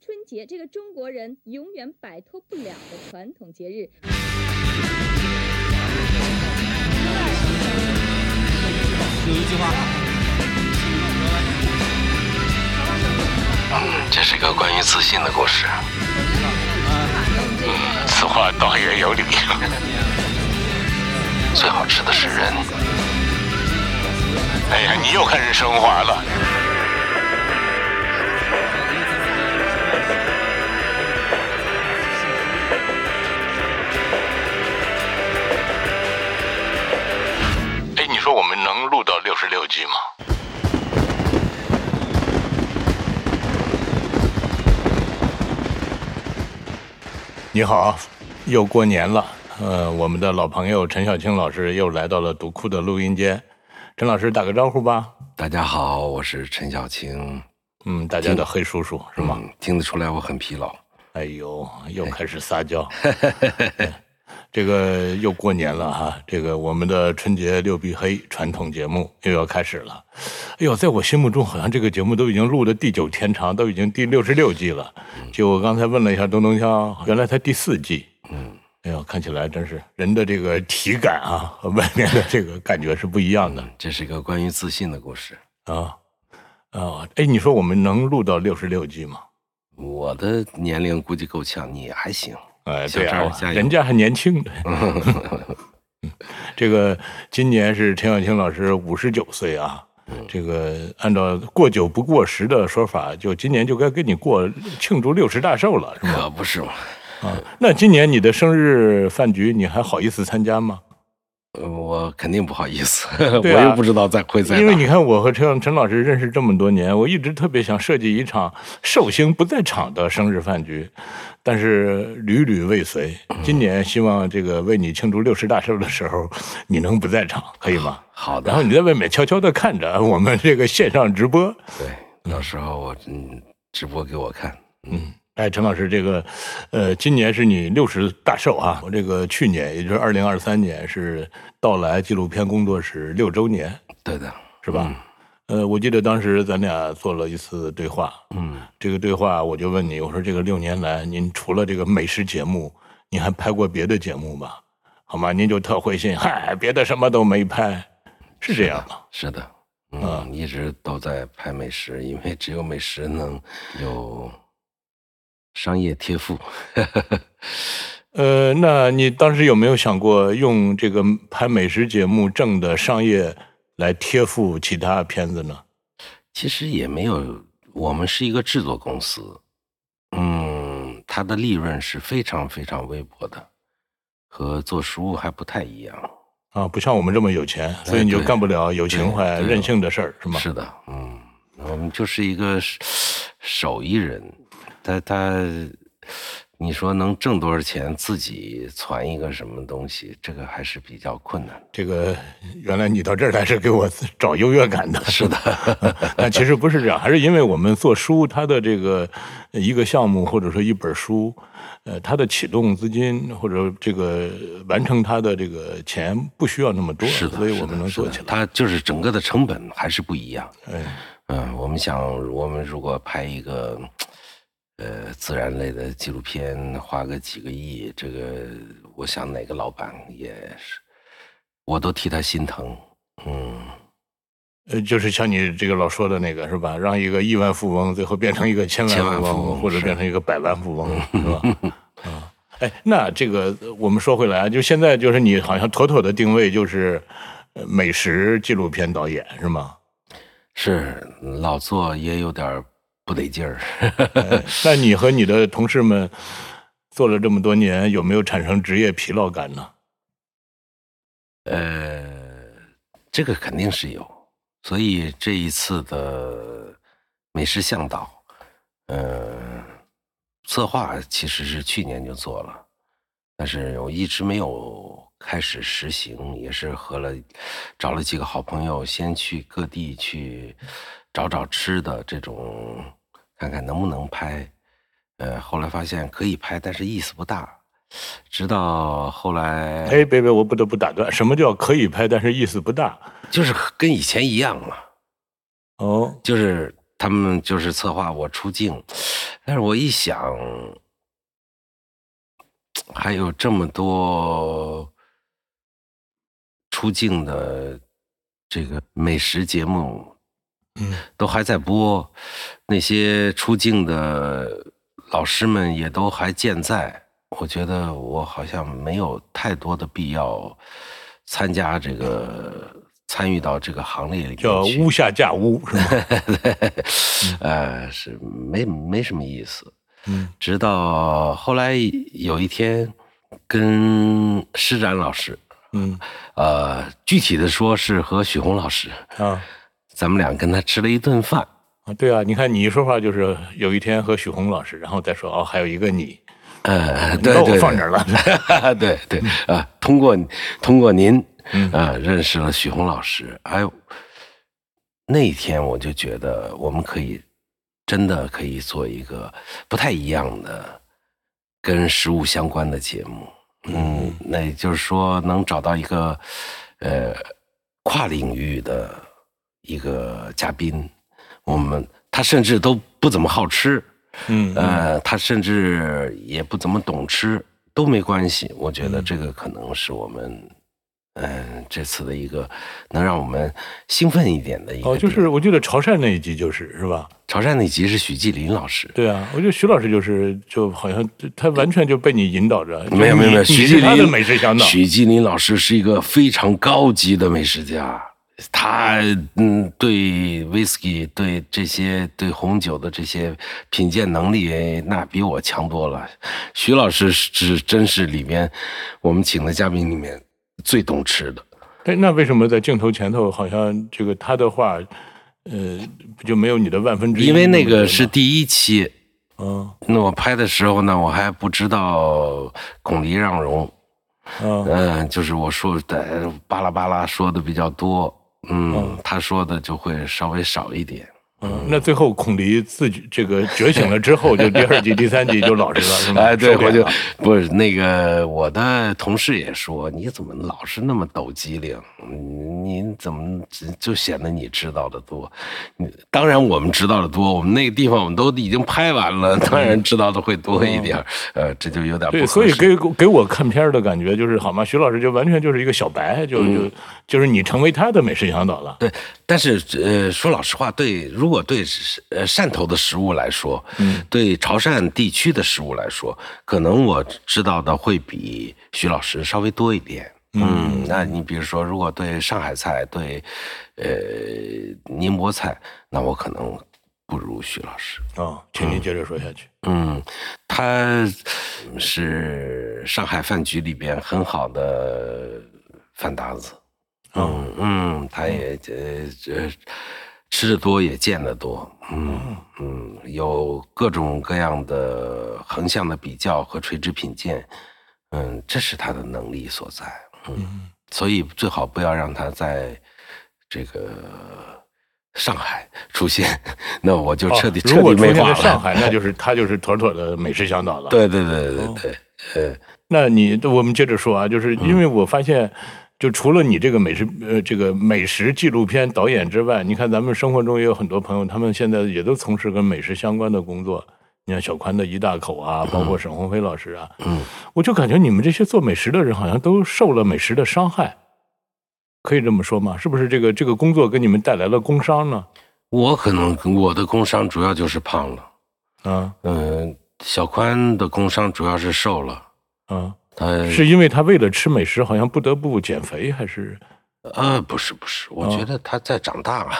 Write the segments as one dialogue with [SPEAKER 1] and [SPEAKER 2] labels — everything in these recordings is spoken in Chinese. [SPEAKER 1] 春节这个中国人永远摆脱不了的传统节日。
[SPEAKER 2] 有一句话，
[SPEAKER 3] 嗯，这是个关于自信的故事。嗯，此话倒也有理。 最好吃的是人。哎呀，你又开始升华了。哎，你说我们能录到六十六集吗？你好，啊又过年了。呃，我们的老朋友陈小青老师又来到了读库的录音间。陈老师打个招呼吧。
[SPEAKER 4] 大家好，我是陈小青。
[SPEAKER 3] 嗯，大家的黑叔叔是吗？
[SPEAKER 4] 嗯，听得出来我很疲劳。
[SPEAKER 3] 哎呦，又开始撒娇。 这个又过年了哈、这个我们的春节六必黑传统节目又要开始了。哎呦，在我心目中好像这个节目都已经录的第九天长，都已经第六十六季了。就我刚才问了一下东东骁，原来才第四季。
[SPEAKER 4] 嗯，
[SPEAKER 3] 哎呦，看起来真是人的这个体感啊，和外面的这个感觉是不一样的
[SPEAKER 4] 嗯，这是个关于自信的故事。
[SPEAKER 3] 啊啊！哎，你说我们能录到六十六季吗？
[SPEAKER 4] 我的年龄估计够呛，你还行。
[SPEAKER 3] 哎，
[SPEAKER 4] 小
[SPEAKER 3] 对
[SPEAKER 4] 张
[SPEAKER 3] 啊，
[SPEAKER 4] 加油
[SPEAKER 3] 人家还年 轻呢。这个今年是陈小青老师五十九岁啊。
[SPEAKER 4] 嗯
[SPEAKER 3] 这个按照过九不过十的说法，就今年就该跟你过庆祝六十大寿了，是吗？
[SPEAKER 4] 可不是嘛，
[SPEAKER 3] 啊，那今年你的生日饭局你还好意思参加吗？
[SPEAKER 4] 呃我肯定不好意思，
[SPEAKER 3] 对啊
[SPEAKER 4] 我又不知道在会在
[SPEAKER 3] 因为
[SPEAKER 4] 哪。
[SPEAKER 3] 你看，我和陈陈老师认识这么多年，我一直特别想设计一场寿星不在场的生日饭局，但是屡屡未遂。今年希望这个为你庆祝六十大寿的时候，你能不在场，可以吗？
[SPEAKER 4] 好
[SPEAKER 3] 然后
[SPEAKER 4] 的，
[SPEAKER 3] 你在外面悄悄地看着我们这个线上直播。
[SPEAKER 4] 对，到时候我嗯直播给我看。
[SPEAKER 3] 哎，陈老师，这个，呃，今年是你六十大寿啊！我这个去年，也就是二零二三年，是到来纪录片工作室六周年，
[SPEAKER 4] 对的，
[SPEAKER 3] 是吧？呃，我记得当时咱俩做了一次对话，
[SPEAKER 4] 嗯，
[SPEAKER 3] 这个对话，我就问你，我说这个六年来，您除了这个美食节目，您还拍过别的节目吗？好吗？您就特灰心，嗨，别的什么都没拍，是这 样吗？
[SPEAKER 4] 是的，
[SPEAKER 3] 啊
[SPEAKER 4] 嗯，一直都在拍美食，因为只有美食能有商业贴 附。
[SPEAKER 3] 呃，那你当时有没有想过用这个拍美食节目挣的商业来贴附其他片子呢？
[SPEAKER 4] 其实也没有，我们是一个制作公司，嗯，它的利润是非常非常微薄的，和做食物还不太一样。
[SPEAKER 3] 啊，不像我们这么有钱，所以你就
[SPEAKER 4] 哎对
[SPEAKER 3] 干不了有情怀、
[SPEAKER 4] 对对
[SPEAKER 3] 任性的事儿，是吗？
[SPEAKER 4] 是的，嗯，我们就是一个手手艺人，他他，你说能挣多少钱，自己攒一个什么东西，这个还是比较困难的。
[SPEAKER 3] 这个原来你到这儿来是给我找优越感的，
[SPEAKER 4] 是的，
[SPEAKER 3] 但其实不是这样，还是因为我们做书，它的这个呃一个项目或者说一本书，呃，它的启动资金或者这个呃完成它的这个钱不需要那么多，
[SPEAKER 4] 是的，
[SPEAKER 3] 所以
[SPEAKER 4] 是
[SPEAKER 3] 我
[SPEAKER 4] 的
[SPEAKER 3] 们能
[SPEAKER 4] 是
[SPEAKER 3] 做
[SPEAKER 4] 的
[SPEAKER 3] 起来。
[SPEAKER 4] 它就是整个的成本还是不一样。
[SPEAKER 3] 哎，
[SPEAKER 4] 嗯，我们想，我们如果拍一个呃自然类的纪录片，花个几个亿，这个我想哪个老板也是，我都替他心疼。嗯，
[SPEAKER 3] 呃，就是像你这个老说的那个是吧？让一个亿万富翁最后变成一个千
[SPEAKER 4] 千
[SPEAKER 3] 万
[SPEAKER 4] 万
[SPEAKER 3] 富
[SPEAKER 4] 富
[SPEAKER 3] 翁，嗯
[SPEAKER 4] 翁
[SPEAKER 3] 或者
[SPEAKER 4] 是
[SPEAKER 3] 变成一个百万富翁，是吧？啊，哎，那这个呃我们说回来啊，就现在就是你好像妥妥的定位就是呃美食纪录片导演是吗？
[SPEAKER 4] 是老做也有点儿不得劲儿。
[SPEAKER 3] 哎那你和你的同事们做了这么多年，有没有产生职业疲劳感呢？
[SPEAKER 4] 呃，这个肯定是有，所以这一次的美食向导，呃，策划其实是去年就做了，但是我一直没有开始实行，也是和了找了几个好朋友，先去各地去找找吃的这种，看看能不能拍。呃，后来发现可以拍，但是意思不大。直到后来，
[SPEAKER 3] 哎，别别，我不得不打断，什么叫可以拍，但是意思不大？
[SPEAKER 4] 就是跟以前一样嘛，
[SPEAKER 3] 哦，
[SPEAKER 4] 就是他们就是策划我出镜，但是我一想，还有这么多出镜的这个美食节目，
[SPEAKER 3] 嗯，
[SPEAKER 4] 都还在播，那些出镜的老师们也都还健在。我觉得我好像没有太多的必要参加这个参与到这个行列里面去。
[SPEAKER 3] 叫屋下架屋是 吗？
[SPEAKER 4] 呃，是没没什么意思。
[SPEAKER 3] 嗯
[SPEAKER 4] 直到后来有一天，跟施展老师，
[SPEAKER 3] 嗯
[SPEAKER 4] 呃，具体的说是和许宏老师，
[SPEAKER 3] 啊
[SPEAKER 4] 咱们俩跟他吃了一顿饭。
[SPEAKER 3] 啊，对啊，你看你一说话就是有一天和许宏老师，然后再说哦，还有一个你，
[SPEAKER 4] 呃，
[SPEAKER 3] 你
[SPEAKER 4] 对
[SPEAKER 3] 把我
[SPEAKER 4] 对
[SPEAKER 3] 放哪儿了？
[SPEAKER 4] 对 对对啊，通过通过您
[SPEAKER 3] 嗯
[SPEAKER 4] 啊，认识了许宏老师。哎，那一天我就觉得我们可以真的可以做一个不太一样的跟食物相关的节目。嗯，那也就是说能找到一个呃跨领域的一个嘉宾，我们他甚至都不怎么好吃。
[SPEAKER 3] 嗯嗯
[SPEAKER 4] 呃，他甚至也不怎么懂吃，都没关系。我觉
[SPEAKER 3] 嗯
[SPEAKER 4] 得这个可能是我们，嗯、这次的一个能让我们兴奋一点的一个点。
[SPEAKER 3] 哦，就是我记得潮汕那一集就是是吧？
[SPEAKER 4] 潮汕那集是许继林老师，
[SPEAKER 3] 对啊，我觉得徐老师就是就好像他完全就被你引导着，
[SPEAKER 4] 没有没有没有，
[SPEAKER 3] 你
[SPEAKER 4] 许
[SPEAKER 3] 你
[SPEAKER 4] 继
[SPEAKER 3] 是他
[SPEAKER 4] 林
[SPEAKER 3] 的美食向导，
[SPEAKER 4] 许继林老师是一个非常高级的美食家，他嗯对 whisky 对这些对红酒的这些品鉴能力，那比我强多了。许老师是真是里面我们请的嘉宾里面最懂吃的。
[SPEAKER 3] 但哎那为什么在镜头前头好像这个他的话，呃，就没有你的万分之一？
[SPEAKER 4] 因为那个是第一期，
[SPEAKER 3] 嗯
[SPEAKER 4] 那我拍的时候呢，我还不知道巩俐让蓉，
[SPEAKER 3] 嗯
[SPEAKER 4] 嗯，就是我说的巴拉巴拉说的比较多，嗯，他说的就会稍微少一点。
[SPEAKER 3] 嗯，那最后孔离自己这个觉醒了之后，就第二季、 第三季就老实了，是吗？
[SPEAKER 4] 哎，对，
[SPEAKER 3] 受不
[SPEAKER 4] 我
[SPEAKER 3] 了
[SPEAKER 4] 就
[SPEAKER 3] 了
[SPEAKER 4] 不是那个，我的同事也说，你怎么老是那么抖机灵？你你怎么只就显得你知道的多？你当然我们知道的多，我们那个地方我们都已经拍完了，当然知道的会多一点儿。呃，这就有点不
[SPEAKER 3] 对，
[SPEAKER 4] 合
[SPEAKER 3] 所以
[SPEAKER 4] 适
[SPEAKER 3] 给给我看片儿的感觉就是，好吗？徐老师就完全就是一个小白，就就就是你成为他的美食向导了。
[SPEAKER 4] 嗯对，但是呃，说老实话，对，如果对呃汕头的食物来说，嗯，对潮汕地区的食物来说，可能我知道的会比徐老师稍微多一点。嗯，那你比如说，如果对上海菜、对呃宁波菜，那我可能不如徐老师。
[SPEAKER 3] 啊，请您接着说下去。
[SPEAKER 4] 嗯，他是上海饭局里边很好的饭搭子。
[SPEAKER 3] 哦
[SPEAKER 4] 嗯嗯，他也这这吃的多，也见得多。
[SPEAKER 3] 哦
[SPEAKER 4] 嗯嗯，有各种各样的横向的比较和垂直品鉴。嗯，这是他的能力所在。嗯，所以最好不要让他在这个上海出现， 那我就
[SPEAKER 3] 哦
[SPEAKER 4] 彻底、
[SPEAKER 3] 如
[SPEAKER 4] 彻
[SPEAKER 3] 果
[SPEAKER 4] 底
[SPEAKER 3] 出
[SPEAKER 4] 没
[SPEAKER 3] 现
[SPEAKER 4] 话
[SPEAKER 3] 在
[SPEAKER 4] 了。
[SPEAKER 3] 上海，那就是他就是妥妥的美食向导了。
[SPEAKER 4] 对对对对对，
[SPEAKER 3] 那你我们接着说啊，就是
[SPEAKER 4] 嗯
[SPEAKER 3] 因为我发现，就除了你这个美食呃这个美食纪录片导演之外，你看咱们生活中也有很多朋友，他们现在也都从事跟美食相关的工作。你看小宽的一大口啊，包括沈鸿飞老师啊，
[SPEAKER 4] 嗯，
[SPEAKER 3] 我就感觉你们这些做美食的人好像都受了美食的伤害，可以这么说吗？是不是这个这个工作给你们带来了工伤呢？
[SPEAKER 4] 我可能我的工伤主要就是胖了，
[SPEAKER 3] 啊
[SPEAKER 4] 嗯、小宽的工伤主要是瘦了，
[SPEAKER 3] 啊，
[SPEAKER 4] 他
[SPEAKER 3] 是因为他为了吃美食，好像不得不减肥，还是
[SPEAKER 4] 呃不是不是，我觉得他在长大了，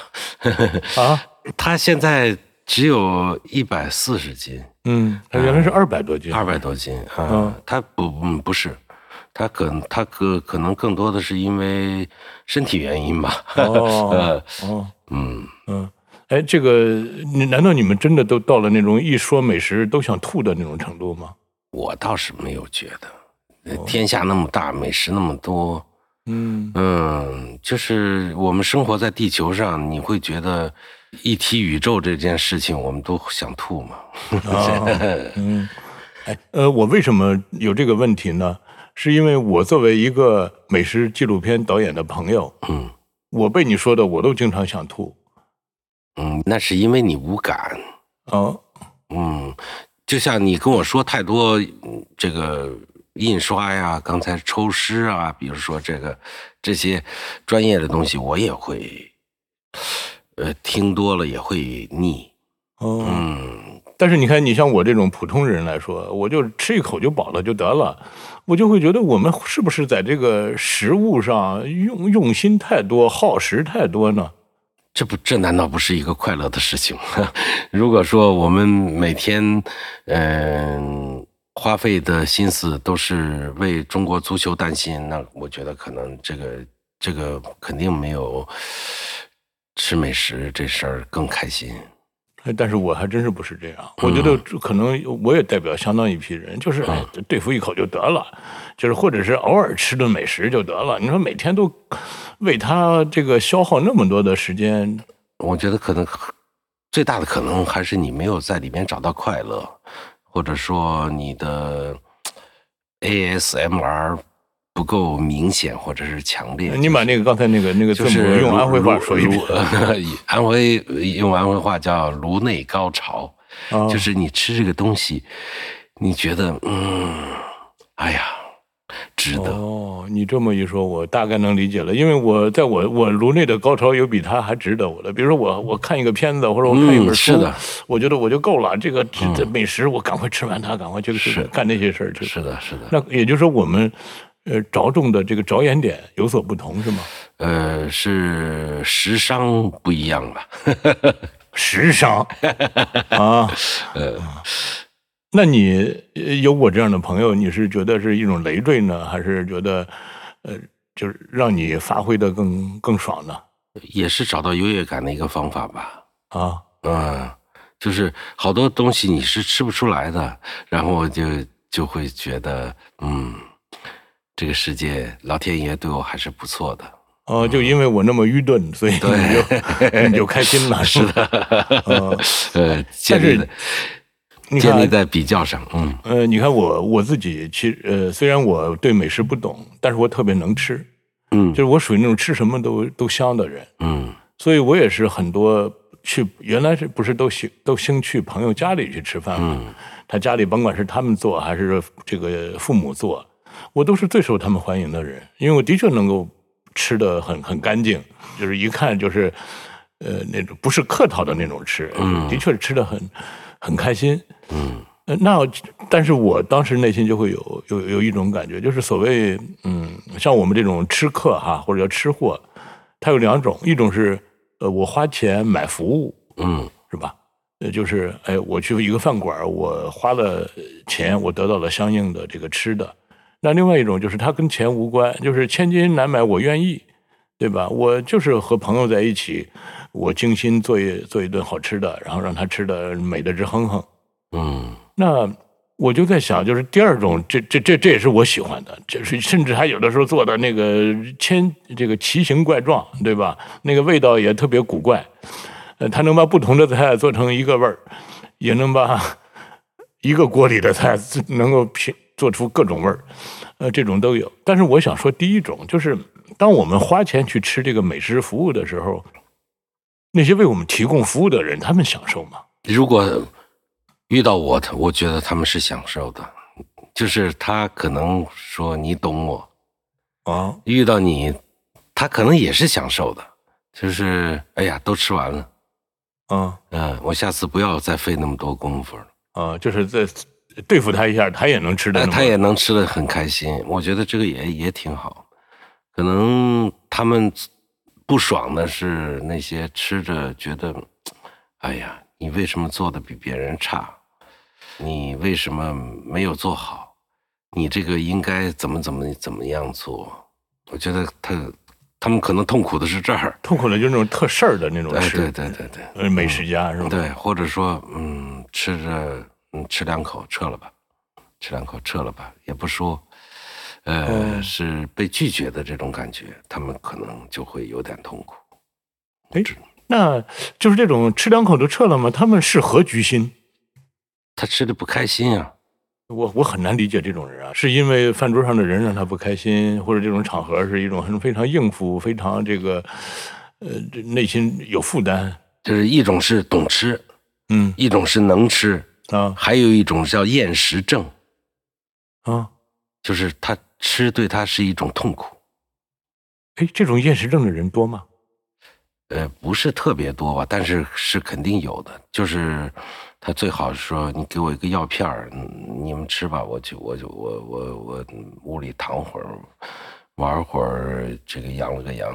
[SPEAKER 3] 啊？
[SPEAKER 4] 哦他现在只有一百四十斤，
[SPEAKER 3] 嗯，他原来是二百多斤，
[SPEAKER 4] 呃二百多斤啊，
[SPEAKER 3] 嗯
[SPEAKER 4] 他不嗯不是。他可他可可能更多的是因为身体原因吧，
[SPEAKER 3] 哦哦，
[SPEAKER 4] 呃嗯，
[SPEAKER 3] 嗯，哎，这个，你难道你们真的都到了那种一说美食都想吐的那种程度吗？
[SPEAKER 4] 我倒是没有觉得，呃天下那么大，美食那么多，
[SPEAKER 3] 嗯
[SPEAKER 4] 嗯，就是我们生活在地球上，你会觉得一提宇宙这件事情，我们都想吐嘛。
[SPEAKER 3] 嗯，哎，呃，我为什么有这个问题呢？是因为我作为一个美食纪录片导演的朋友，
[SPEAKER 4] 嗯，
[SPEAKER 3] 我被你说的我都经常想吐。
[SPEAKER 4] 嗯，那是因为你无感。
[SPEAKER 3] 哦，
[SPEAKER 4] 嗯，就像你跟我说太多嗯这个印刷呀，刚才抽诗啊，比如说这个这些专业的东西，我也会，呃，听多了也会腻。
[SPEAKER 3] 哦，
[SPEAKER 4] 嗯，
[SPEAKER 3] 但是你看，你像我这种普通人来说，我就吃一口就饱了就得了，我就会觉得我们是不是在这个食物上用用心太多、耗时太多呢？
[SPEAKER 4] 这不这难道不是一个快乐的事情吗？ 如果说我们每天，嗯、花费的心思都是为中国足球担心，那我觉得可能这个这个肯定没有吃美食这事儿更开心。
[SPEAKER 3] 哎但是我还真是不是这样，我觉
[SPEAKER 4] 嗯
[SPEAKER 3] 得这可能我也代表相当一批人，就是哎对付一口就得了，就是或者是偶尔吃顿美食就得了。你说每天都为他这个消耗那么多的时间，
[SPEAKER 4] 我觉得可能最大的可能还是你没有在里面找到快乐，或者说你的 ASMR 不够明显或者是强烈。
[SPEAKER 3] 你把那个刚才那个那个字
[SPEAKER 4] 就是
[SPEAKER 3] 母用安徽话说一遍
[SPEAKER 4] 如，呃 如安徽用安徽话叫“颅内高潮”，
[SPEAKER 3] 啊
[SPEAKER 4] 就是你吃这个东西，你觉得嗯，哎呀，值得。
[SPEAKER 3] 哦，你这么一说，我大概能理解了，因为我在我我颅内的高潮有比他还值得我的，比如说我我看一个片子或者我看一本书，
[SPEAKER 4] 嗯是的嗯
[SPEAKER 3] 我觉得我就够了，这个这这美食我赶快吃完它，赶快去去
[SPEAKER 4] 是
[SPEAKER 3] 干那些事儿去。
[SPEAKER 4] 是的，是的。
[SPEAKER 3] 那也就是说我们。呃，着重的这个着眼点有所不同，是吗？
[SPEAKER 4] 呃，是时尚不一样吧？
[SPEAKER 3] 时尚 啊，
[SPEAKER 4] 呃，
[SPEAKER 3] 那你呃有我这样的朋友，你是觉得是一种累赘呢，还是觉得呃，就是让你发挥的更更爽呢？
[SPEAKER 4] 也是找到优越感的一个方法吧。
[SPEAKER 3] 啊，
[SPEAKER 4] 嗯，就是好多东西你是吃不出来的，然后我就就会觉得，嗯，这个世界老天爷对我还是不错的。
[SPEAKER 3] 哦，就因为我那么愚钝，所以你就你就开心了， 是吧？呃
[SPEAKER 4] 的，呃，建立在
[SPEAKER 3] 你
[SPEAKER 4] 建立
[SPEAKER 3] 看，啊
[SPEAKER 4] 在比较上，嗯
[SPEAKER 3] 呃，你看我我自己，其实呃，虽然我对美食不懂，但是我特别能吃，
[SPEAKER 4] 嗯
[SPEAKER 3] 就是我属于那种吃什么都都香的人，
[SPEAKER 4] 嗯
[SPEAKER 3] 所以我也是很多去原来是不是都兴都兴去朋友家里去吃饭嘛？
[SPEAKER 4] 嗯
[SPEAKER 3] 他家里甭管是他们做还是这个父母做，我都是最受他们欢迎的人，因为我的确能够吃的很很干净，就是一看就是，呃，那种不是客套的那种吃，的确是吃的很很开心。
[SPEAKER 4] 嗯
[SPEAKER 3] 呃那我但是我当时内心就会有有有一种感觉，就是所谓嗯，像我们这种吃客哈，或者叫吃货，它有两种，一种是呃我花钱买服务，
[SPEAKER 4] 嗯
[SPEAKER 3] 是吧？呃，就是哎，我去一个饭馆儿，我花了钱，我得到了相应的这个吃的。那另外一种就是它跟钱无关，就是千金难买我愿意，对吧？我就是和朋友在一起，我精心做一做一顿好吃的，然后让他吃的美的直哼哼。
[SPEAKER 4] 嗯
[SPEAKER 3] 那我就在想，就是第二种，这这这这也是我喜欢的，这是甚至还有的时候做的那个千这个奇形怪状，对吧？那个味道也特别古怪，呃，它能把不同的菜做成一个味儿，也能把一个锅里的菜能够品做出各种味儿，呃，这种都有。但是我想说，第一种就是当我们花钱去吃这个美食服务的时候，那些为我们提供服务的人，他们享受吗？
[SPEAKER 4] 如果遇到我，他我觉得他们是享受的，就是他可能说你懂我，
[SPEAKER 3] 啊，
[SPEAKER 4] 遇到你，他可能也是享受的，就是哎呀，都吃完了。
[SPEAKER 3] 啊。
[SPEAKER 4] 嗯，我下次不要再费那么多功夫了。
[SPEAKER 3] 啊，就是在对付他一下，他也能吃的
[SPEAKER 4] 那
[SPEAKER 3] 那么。
[SPEAKER 4] 哎他也能吃的很开心，我觉得这个也也挺好。可能他们不爽的是那些吃着觉得，哎呀，你为什么做的比别人差？你为什么没有做好？你这个应该怎么怎么怎么样做？我觉得他他们可能痛苦的是这儿。
[SPEAKER 3] 痛苦的就是那种特事儿的那种
[SPEAKER 4] 哎，
[SPEAKER 3] 吃，
[SPEAKER 4] 对对对对。
[SPEAKER 3] 呃，美食家是吧？
[SPEAKER 4] 对，或者说，嗯，吃着，嗯，吃两口，撤了吧，吃两口，撤了吧，也不说，呃，
[SPEAKER 3] 哦
[SPEAKER 4] 是被拒绝的这种感觉，他们可能就会有点痛苦。
[SPEAKER 3] 那就是这种吃两口就撤了吗？他们是何居心？
[SPEAKER 4] 他吃的不开心啊，
[SPEAKER 3] 我我很难理解这种人啊，是因为饭桌上的人让他不开心，或者这种场合是一种很非常应付、非常这个呃这内心有负担
[SPEAKER 4] 就是一种是懂吃，
[SPEAKER 3] 嗯
[SPEAKER 4] 一种是能吃，
[SPEAKER 3] 啊
[SPEAKER 4] 还有一种叫厌食症，
[SPEAKER 3] 啊，
[SPEAKER 4] 就是他吃对他是一种痛苦。
[SPEAKER 3] 哎，这种厌食症的人多吗？
[SPEAKER 4] 呃，不是特别多吧，但是是肯定有的。就是他最好是说你给我一个药片儿，嗯你们吃吧，我去，我就我我我屋里躺会儿，玩会儿，这个养了个羊。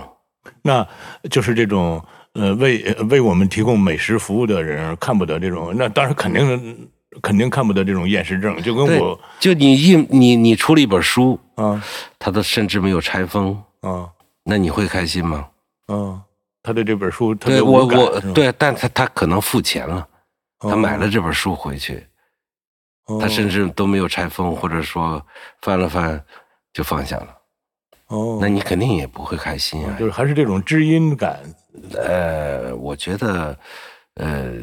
[SPEAKER 3] 那就是这种呃为呃为我们提供美食服务的人看不得这种，那当然肯定肯定看不得这种厌食症，就跟
[SPEAKER 4] 对
[SPEAKER 3] 我，
[SPEAKER 4] 就你一你你出了一本书，
[SPEAKER 3] 啊
[SPEAKER 4] 他都甚至没有拆封，
[SPEAKER 3] 啊
[SPEAKER 4] 那你会开心吗？
[SPEAKER 3] 啊，他对这本书特别
[SPEAKER 4] 对我
[SPEAKER 3] 无感
[SPEAKER 4] 我
[SPEAKER 3] 是吧
[SPEAKER 4] 对，但他他可能付钱了，他
[SPEAKER 3] 哦
[SPEAKER 4] 买了这本书回去，他甚至都没有拆封，或者说翻了翻就放下了。
[SPEAKER 3] 哦，
[SPEAKER 4] 那你肯定也不会开心啊
[SPEAKER 3] 就。是还是这种知音感，
[SPEAKER 4] 呃，我觉得，呃，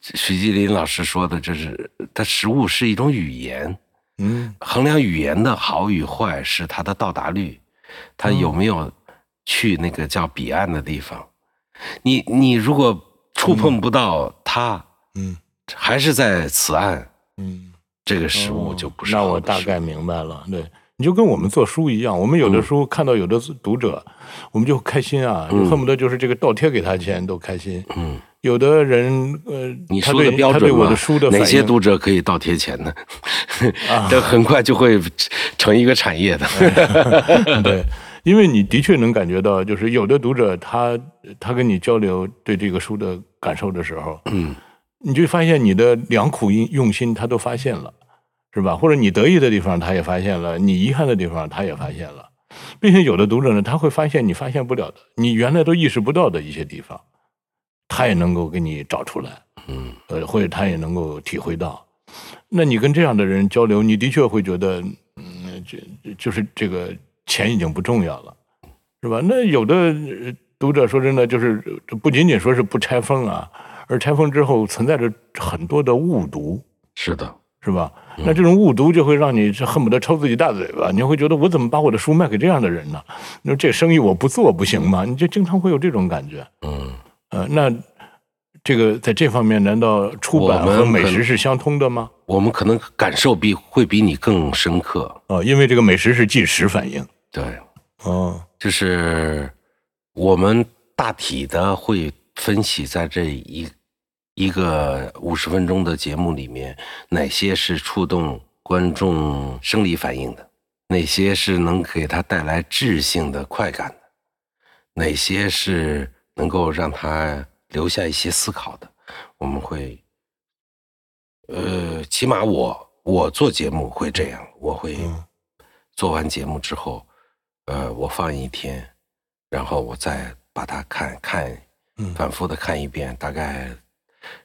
[SPEAKER 4] 徐继林老师说的，这是它食物是一种语言，
[SPEAKER 3] 嗯
[SPEAKER 4] 衡量语言的好与坏是它的到达率，它有
[SPEAKER 3] 嗯
[SPEAKER 4] 没有去那个叫彼岸的地方。你你如果触碰不到它，
[SPEAKER 3] 嗯
[SPEAKER 4] 还是在此岸，
[SPEAKER 3] 嗯，
[SPEAKER 4] 这个食物
[SPEAKER 3] 哦
[SPEAKER 4] 就不是
[SPEAKER 3] 那
[SPEAKER 4] 好的
[SPEAKER 3] 我大
[SPEAKER 4] 食物
[SPEAKER 3] 概明白了，对。你就跟我们做书一样，我们有的书看到有的读者，我们就开心啊，就
[SPEAKER 4] 嗯
[SPEAKER 3] 恨不得就是这个倒贴给他钱都开心。
[SPEAKER 4] 嗯，
[SPEAKER 3] 有的人，呃，
[SPEAKER 4] 你
[SPEAKER 3] 他
[SPEAKER 4] 说的
[SPEAKER 3] 对
[SPEAKER 4] 标
[SPEAKER 3] 他对
[SPEAKER 4] 准
[SPEAKER 3] 我
[SPEAKER 4] 吗
[SPEAKER 3] 的书的
[SPEAKER 4] 哪
[SPEAKER 3] 反
[SPEAKER 4] 些
[SPEAKER 3] 应
[SPEAKER 4] 读者可以倒贴钱呢？
[SPEAKER 3] 啊哎
[SPEAKER 4] 这很快就会成一个产业的。
[SPEAKER 3] 对，因为你的确能感觉到，就是有的读者他他跟你交流对这个书的感受的时候，
[SPEAKER 4] 嗯，
[SPEAKER 3] 你就发现你的良苦用用心他都发现了，是吧？或者你得意的地方他也发现了，你遗憾的地方他也发现了，并且有的读者呢，他会发现你发现不了的，你原来都意识不到的一些地方，他也能够给你找出来。
[SPEAKER 4] 嗯。
[SPEAKER 3] 呃，或者他也能够体会到。那你跟这样的人交流，你的确会觉得，嗯，这这就是这个钱已经不重要了，是吧？那有的呃读者说真的，就是呃这不仅仅说是不拆封啊，而拆封之后存在着很多的误读，
[SPEAKER 4] 是的，
[SPEAKER 3] 是吧？那这种误读就会让你是恨不得抽自己大嘴巴，你会觉得我怎么把我的书卖给这样的人呢？你说这生意我不做不行吗？你就经常会有这种感觉。
[SPEAKER 4] 嗯，
[SPEAKER 3] 呃，那这个在这方面，难道出版
[SPEAKER 4] 我们
[SPEAKER 3] 和美
[SPEAKER 4] 可
[SPEAKER 3] 食是相通的吗？
[SPEAKER 4] 我们可能感受比会比你更深刻。
[SPEAKER 3] 哦，因为这个美食是即时反应。
[SPEAKER 4] 对，
[SPEAKER 3] 哦，
[SPEAKER 4] 就是我们大体的会分析在这一一个五十分钟的节目里面，哪些是触动观众生理反应的，哪些是能给他带来质性的快感的，哪些是能够让他留下一些思考的，我们会，呃，起码我我做节目会这样，我会做完节目之后，呃，我放一天，然后我再把它看看
[SPEAKER 3] 嗯
[SPEAKER 4] 反复的看一遍，大概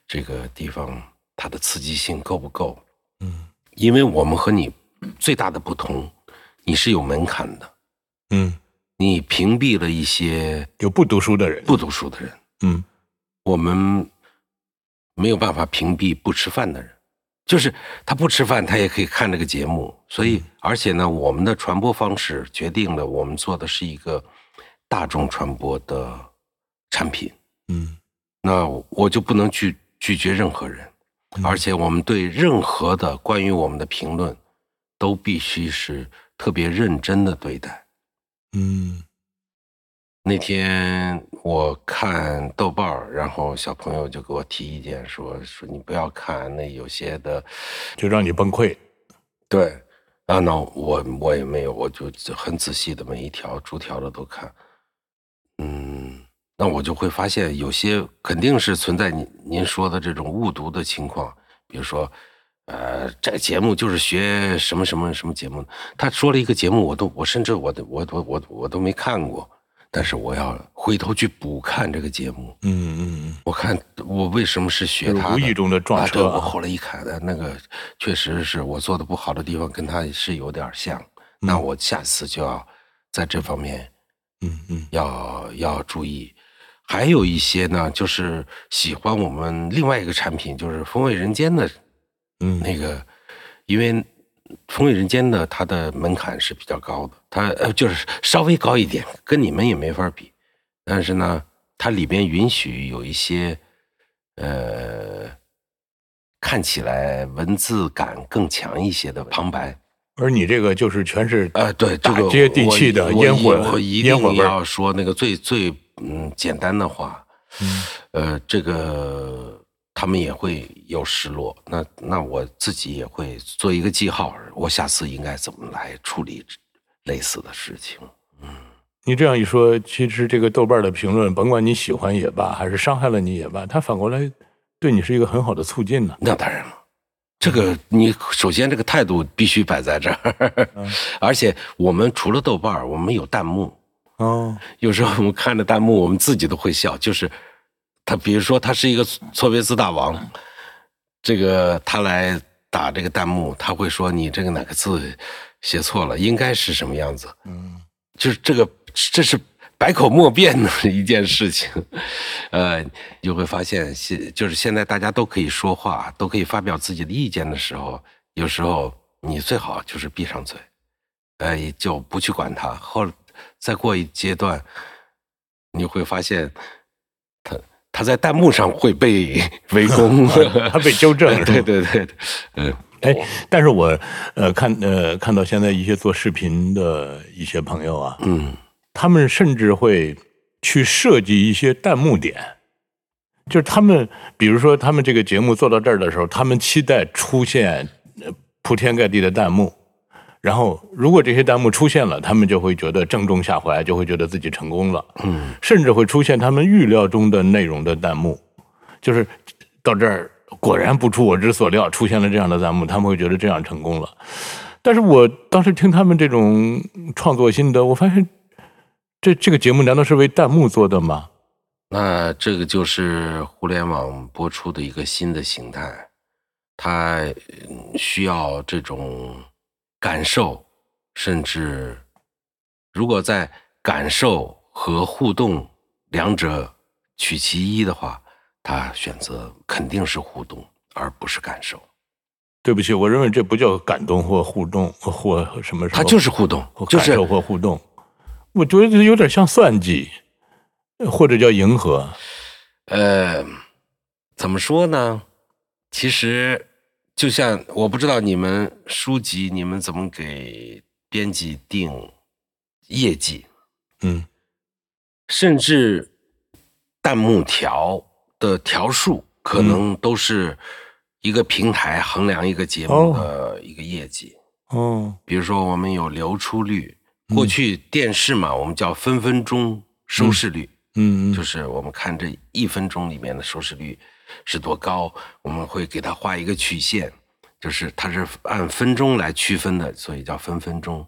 [SPEAKER 4] 这个地方它的刺激性够不够？
[SPEAKER 3] 嗯
[SPEAKER 4] 因为我们和你最大的不同，你是有门槛的，
[SPEAKER 3] 嗯，
[SPEAKER 4] 你屏蔽了一些
[SPEAKER 3] 有不读书的人。
[SPEAKER 4] 不读书的人，
[SPEAKER 3] 嗯
[SPEAKER 4] 我们没有办法屏蔽不吃饭的人，就是他不吃饭，他也可以看这个节目。所以，而且呢，我们的传播方式决定了我们做的是一个大众传播的产品。
[SPEAKER 3] 嗯
[SPEAKER 4] 那我就不能拒拒绝任何人，
[SPEAKER 3] 嗯
[SPEAKER 4] 而且我们对任何的关于我们的评论，都必须是特别认真的对待。
[SPEAKER 3] 嗯
[SPEAKER 4] 那天我看豆瓣儿，然后小朋友就给我提意见说说你不要看那有些的，
[SPEAKER 3] 就让你崩溃。
[SPEAKER 4] 对，啊，那我我也没有，我就很仔细的每一条逐条的都看，嗯，那我就会发现有些肯定是存在您您说的这种误读的情况，比如说，呃，这个节目就是学什么什么什么节目，他说了一个节目，我都我甚至我都我我我我都没看过，但是我要回头去补看这个节目，
[SPEAKER 3] 嗯嗯
[SPEAKER 4] 我看我为什么是学
[SPEAKER 3] 就是
[SPEAKER 4] 他的，
[SPEAKER 3] 无意中的撞
[SPEAKER 4] 啊对
[SPEAKER 3] 车啊
[SPEAKER 4] 我后来一看的那个，确实是我做的不好的地方，跟他是有点像。那我下次就要在这方面
[SPEAKER 3] 嗯嗯
[SPEAKER 4] 要要注意。还有一些呢，就是喜欢我们另外一个产品，就是《风味人间》的
[SPEAKER 3] 嗯嗯
[SPEAKER 4] 那个，因为《风味人间》呢，它的门槛是比较高的，它呃就是稍微高一点，跟你们也没法比。但是呢，它里边允许有一些，呃，看起来文字感更强一些的旁白。
[SPEAKER 3] 而你这个就是全是
[SPEAKER 4] 啊，对，这
[SPEAKER 3] 大
[SPEAKER 4] 个
[SPEAKER 3] 接地
[SPEAKER 4] 我
[SPEAKER 3] 气的
[SPEAKER 4] 我
[SPEAKER 3] 烟
[SPEAKER 4] 一
[SPEAKER 3] 火
[SPEAKER 4] 我一
[SPEAKER 3] 烟火
[SPEAKER 4] 定
[SPEAKER 3] 味儿
[SPEAKER 4] 要说那个最最嗯简单的话，
[SPEAKER 3] 嗯
[SPEAKER 4] 呃，这个他们也会有失落，那那我自己也会做一个记号，我下次应该怎么来处理类似的事情。
[SPEAKER 3] 你这样一说，其实这个豆瓣的评论，甭管你喜欢也罢，还是伤害了你也罢，它反过来对你是一个很好的促进呢、
[SPEAKER 4] 那当然了，这个你首先这个态度必须摆在这儿，
[SPEAKER 3] 嗯
[SPEAKER 4] 而且我们除了豆瓣儿，我们有弹幕，
[SPEAKER 3] 哦，
[SPEAKER 4] 有时候我们看着弹幕，我们自己都会笑，就是他，比如说他是一个错别字大王，这个他来打这个弹幕，他会说你这个哪个字写错了，应该是什么样子，
[SPEAKER 3] 嗯，
[SPEAKER 4] 就是这个，这是百口莫辩的一件事情。 呃，你就会发现现就是现在大家都可以说话，都可以发表自己的意见的时候，有时候你最好就是闭上嘴，呃，也就不去管它。后再过一阶段，你会发现他他在弹幕上会被围攻，
[SPEAKER 3] 它被纠正
[SPEAKER 4] 对
[SPEAKER 3] 是吧
[SPEAKER 4] 对对，嗯，
[SPEAKER 3] 哎，但是我呃看呃看到现在一些做视频的一些朋友啊，
[SPEAKER 4] 嗯，
[SPEAKER 3] 他们甚至会去设计一些弹幕点，就是他们，比如说他们这个节目做到这儿的时候，他们期待出现呃铺天盖地的弹幕，然后如果这些弹幕出现了，他们就会觉得正中下怀，就会觉得自己成功了，
[SPEAKER 4] 嗯，
[SPEAKER 3] 甚至会出现他们预料中的内容的弹幕，就是到这儿果然不出我之所料，出现了这样的弹幕，他们会觉得这样成功了。但是我当时听他们这种创作心得，我发现这这个节目难道是为弹幕做的吗？
[SPEAKER 4] 那这个就是互联网播出的一个新的形态，它嗯需要这种感受，甚至如果在感受和互动两者取其一的话，他选择肯定是互动，而不是感受。
[SPEAKER 3] 对不起，我认为这不叫感动或互动或或什么什么，
[SPEAKER 4] 它就是互动
[SPEAKER 3] 或，
[SPEAKER 4] 就
[SPEAKER 3] 感
[SPEAKER 4] 是
[SPEAKER 3] 受或互动。我觉得有点像算计，或者叫迎合。
[SPEAKER 4] 呃，怎么说呢？其实就像我不知道你们书籍你们怎么给编辑定业绩，
[SPEAKER 3] 嗯
[SPEAKER 4] 甚至弹幕条的条数，可能都是一个平台衡量一个节目的一个业绩。
[SPEAKER 3] 哦
[SPEAKER 4] 比如说，我们有流出率，过去电视嘛，我们叫分分钟收视率。
[SPEAKER 3] 嗯
[SPEAKER 4] 就是是我们看这一分钟里面的收视率是多高，我们会给它画一个曲线，就是它是按分钟来区分的，所以叫分分钟。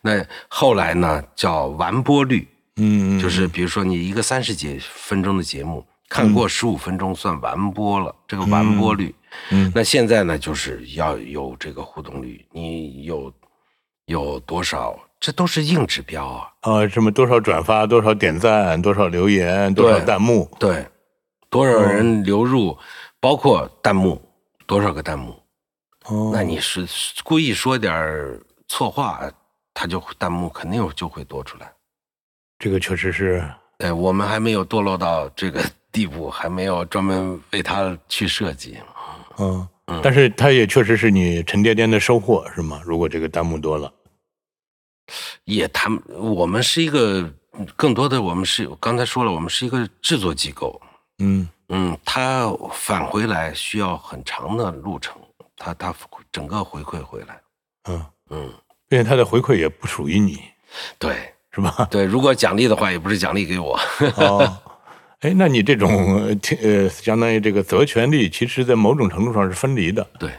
[SPEAKER 4] 那后来呢，叫完播率，
[SPEAKER 3] 嗯
[SPEAKER 4] 就是比如说你一个三十节分钟的节目，看过十五分钟算完播了，这个完播率。
[SPEAKER 3] 嗯
[SPEAKER 4] 那现在呢，就是要有这个互动率，你有有多少，这都是硬指标啊。
[SPEAKER 3] 啊什么多少转发多少点赞多少留言多少
[SPEAKER 4] 对
[SPEAKER 3] 弹幕
[SPEAKER 4] 对，多少人流入，包括弹幕，多少个弹幕？
[SPEAKER 3] 哦
[SPEAKER 4] 那你是故意说点儿错话，他就弹幕肯定就会多出来。
[SPEAKER 3] 这个确实是
[SPEAKER 4] 对，我们还没有堕落到这个地步，还没有专门为他去设计。
[SPEAKER 3] 嗯，但是它也确实是你沉甸甸的收获是吗？如果这个弹幕多了，
[SPEAKER 4] 也他们，我们是一个更多的，我们是刚才说了，我们是一个制作机构，
[SPEAKER 3] 嗯
[SPEAKER 4] 嗯，他返回来需要很长的路程，他他整个回馈回来，
[SPEAKER 3] 嗯，
[SPEAKER 4] 嗯，
[SPEAKER 3] 并且它的回馈也不属于你
[SPEAKER 4] 对。
[SPEAKER 3] 是吧？
[SPEAKER 4] 对，如果奖励的话，也不是奖励给我。
[SPEAKER 3] 哦， 哎，那你这种呃听呃，相当于这个责权利，其实在某种程度上是分离的。
[SPEAKER 4] 对，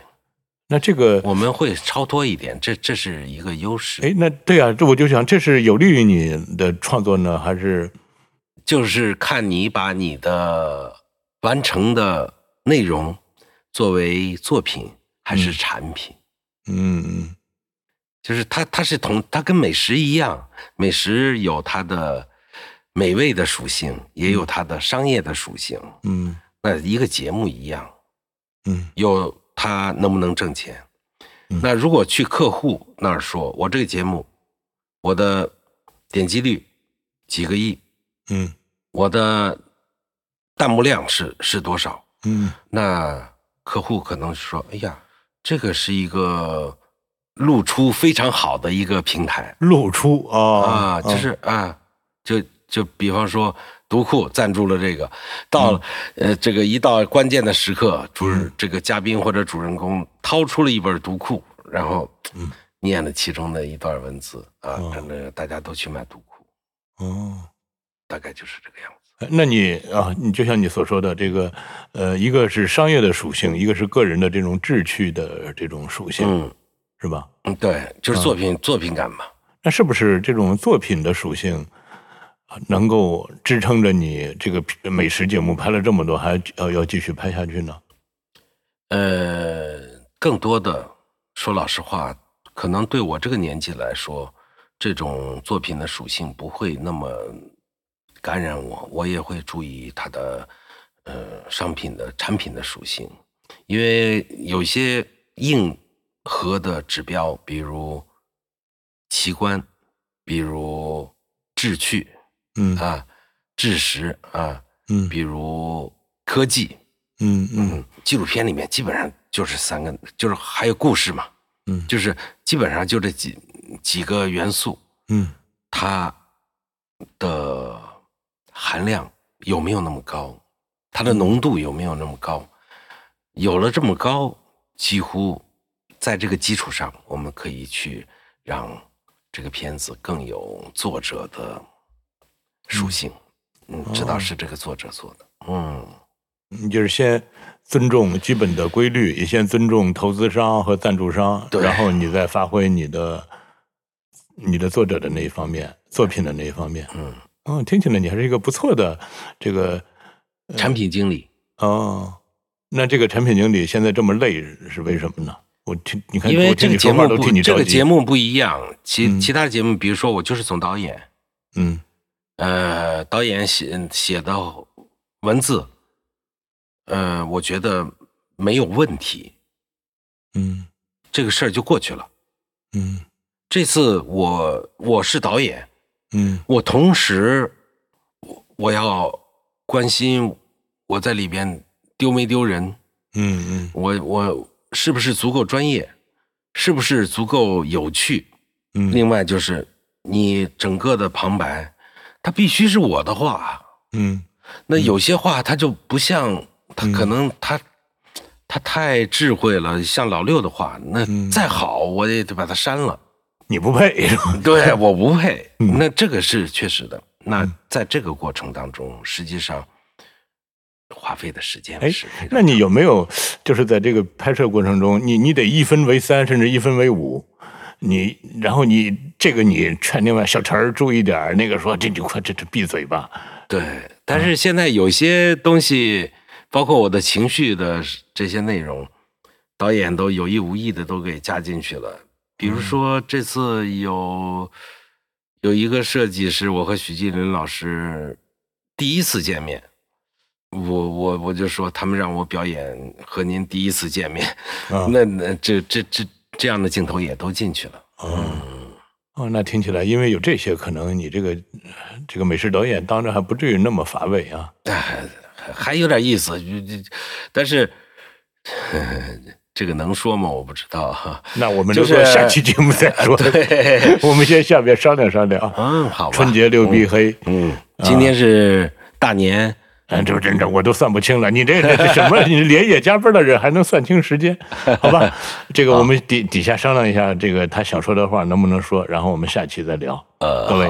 [SPEAKER 3] 那这个，
[SPEAKER 4] 我们会超脱一点，这这是一个优势，
[SPEAKER 3] 哎，那对啊，这我就想，这是有利于你的创作呢，还是
[SPEAKER 4] 就是看你把你的完成的内容作为作品还是产品，
[SPEAKER 3] 嗯嗯
[SPEAKER 4] 就是它它是同它跟美食一样，美食有它的美味的属性，也有它的商业的属性。
[SPEAKER 3] 嗯
[SPEAKER 4] 那一个节目一样，
[SPEAKER 3] 嗯
[SPEAKER 4] 有它能不能挣钱。
[SPEAKER 3] 嗯
[SPEAKER 4] 那如果去客户那儿说，我这个节目，我的点击率几个亿，
[SPEAKER 3] 嗯
[SPEAKER 4] 我的弹幕量是是多少，
[SPEAKER 3] 嗯
[SPEAKER 4] 那客户可能说：“哎呀，这个是一个露出非常好的一个平台
[SPEAKER 3] 露出啊
[SPEAKER 4] 啊，就是啊，就就比方说读库赞助了这个，到了呃这个一到关键的时刻，主
[SPEAKER 3] 嗯
[SPEAKER 4] 这个嘉宾或者主人公掏出了一本读库，然后
[SPEAKER 3] 嗯
[SPEAKER 4] 念了其中的一段文字啊
[SPEAKER 3] 哦，
[SPEAKER 4] 真的大家都去买读库，
[SPEAKER 3] 哦。
[SPEAKER 4] 大概就是这个样子。
[SPEAKER 3] 那你啊，你就像你所说的，这个呃，一个是商业的属性，一个是个人的这种志趣的这种属性，
[SPEAKER 4] 嗯
[SPEAKER 3] 是吧？
[SPEAKER 4] 嗯，对，就是作品作品感嘛。”
[SPEAKER 3] 那是不是这种作品的属性呃能够支撑着你这个美食节目拍了这么多，还要要继续拍下去呢？
[SPEAKER 4] 呃，更多的说老实话，可能对我这个年纪来说，这种作品的属性不会那么感染我，我也会注意它的呃商品的产品的属性，因为有些硬核的指标，比如奇观，比如志趣
[SPEAKER 3] 嗯
[SPEAKER 4] 啊、知识啊，
[SPEAKER 3] 嗯
[SPEAKER 4] 比如科技，
[SPEAKER 3] 嗯嗯
[SPEAKER 4] 嗯，纪录片里面基本上就是三个，就是还有故事嘛，
[SPEAKER 3] 嗯
[SPEAKER 4] 就是基本上就这几几个元素，
[SPEAKER 3] 嗯
[SPEAKER 4] 它的含量有没有那么高，它的浓度有没有那么高，有了这么高，几乎在这个基础上，我们可以去让这个片子更有作者的属性，嗯，知道是这个作者做的，嗯。
[SPEAKER 3] 嗯，就是先尊重基本的规律，也先尊重投资商和赞助商，
[SPEAKER 4] 对
[SPEAKER 3] 然后你再发挥你的你的作者的那一方面，作品的那一方面。
[SPEAKER 4] 嗯，
[SPEAKER 3] 哦，听起来你还是一个不错的这个
[SPEAKER 4] 产品经理，
[SPEAKER 3] 哦。那这个产品经理现在这么累是为什么呢？我听你看，
[SPEAKER 4] 因为
[SPEAKER 3] 我听
[SPEAKER 4] 这个
[SPEAKER 3] 你
[SPEAKER 4] 节
[SPEAKER 3] 说话
[SPEAKER 4] 目
[SPEAKER 3] 都
[SPEAKER 4] 不
[SPEAKER 3] 替你
[SPEAKER 4] 这
[SPEAKER 3] 着
[SPEAKER 4] 个
[SPEAKER 3] 急
[SPEAKER 4] 节，目不一样，其、
[SPEAKER 3] 嗯
[SPEAKER 4] 其他节目，比如说我就是总导演，
[SPEAKER 3] 嗯
[SPEAKER 4] 呃，导演写写的文字，呃，我觉得没有问题，
[SPEAKER 3] 嗯
[SPEAKER 4] 这个事儿就过去了。
[SPEAKER 3] 嗯
[SPEAKER 4] 这次我我是导演，
[SPEAKER 3] 嗯
[SPEAKER 4] 我同时我我要关心我在里边丢没丢人，
[SPEAKER 3] 嗯嗯
[SPEAKER 4] 我我是不是足够专业，是不是足够有趣，
[SPEAKER 3] 嗯，
[SPEAKER 4] 另外就是你整个的旁白，它必须是我的话。
[SPEAKER 3] 嗯
[SPEAKER 4] 那有些话它就不像，它
[SPEAKER 3] 嗯
[SPEAKER 4] 可能它它太智慧了，像老六的话，那
[SPEAKER 3] 嗯
[SPEAKER 4] 再好我也得把它删了。
[SPEAKER 3] 你不配是吧？
[SPEAKER 4] 对，我不配。
[SPEAKER 3] 嗯
[SPEAKER 4] 那这个是确实的。那在这个过程当中，实际上花费的时间
[SPEAKER 3] 哎
[SPEAKER 4] 是非常
[SPEAKER 3] 那你有没有就是在这个拍摄过程中，你你得一分为三，甚至一分为五，你然后你这个你劝另外小陈儿注意点儿，那个说这你快这这闭嘴吧，
[SPEAKER 4] 对，但是现在有些东西，包括我的情绪的这些内容，导演都有意无意的都给加进去了。比如说这次有有一个设计师，我和许继林老师第一次见面，我我我就说他们让我表演和您第一次见面，
[SPEAKER 3] 啊
[SPEAKER 4] 那那这这这这样的镜头也都进去了。
[SPEAKER 3] 哦，哦，那听起来，因为有这些，可能你这个呃这个美食导演当着还不至于那么乏味啊。
[SPEAKER 4] 哎，还还有点意思，这这，但是 呵呵这个能说吗？我不知道 哈。
[SPEAKER 3] 那我们
[SPEAKER 4] 就
[SPEAKER 3] 留
[SPEAKER 4] 是
[SPEAKER 3] 作下期节目再说。
[SPEAKER 4] 对，
[SPEAKER 3] 我们先下边商量商量啊。
[SPEAKER 4] 嗯，好吧。
[SPEAKER 3] 春节啊六必黑，
[SPEAKER 4] 嗯，今天是大年，
[SPEAKER 3] 嗯，这不这这我都算不清了。你这这这什么？你连夜加班的人还能算清时间？好吧，这个我们底底下商量一下，这个他想说的话能不能说，然后我们下期再聊。各位。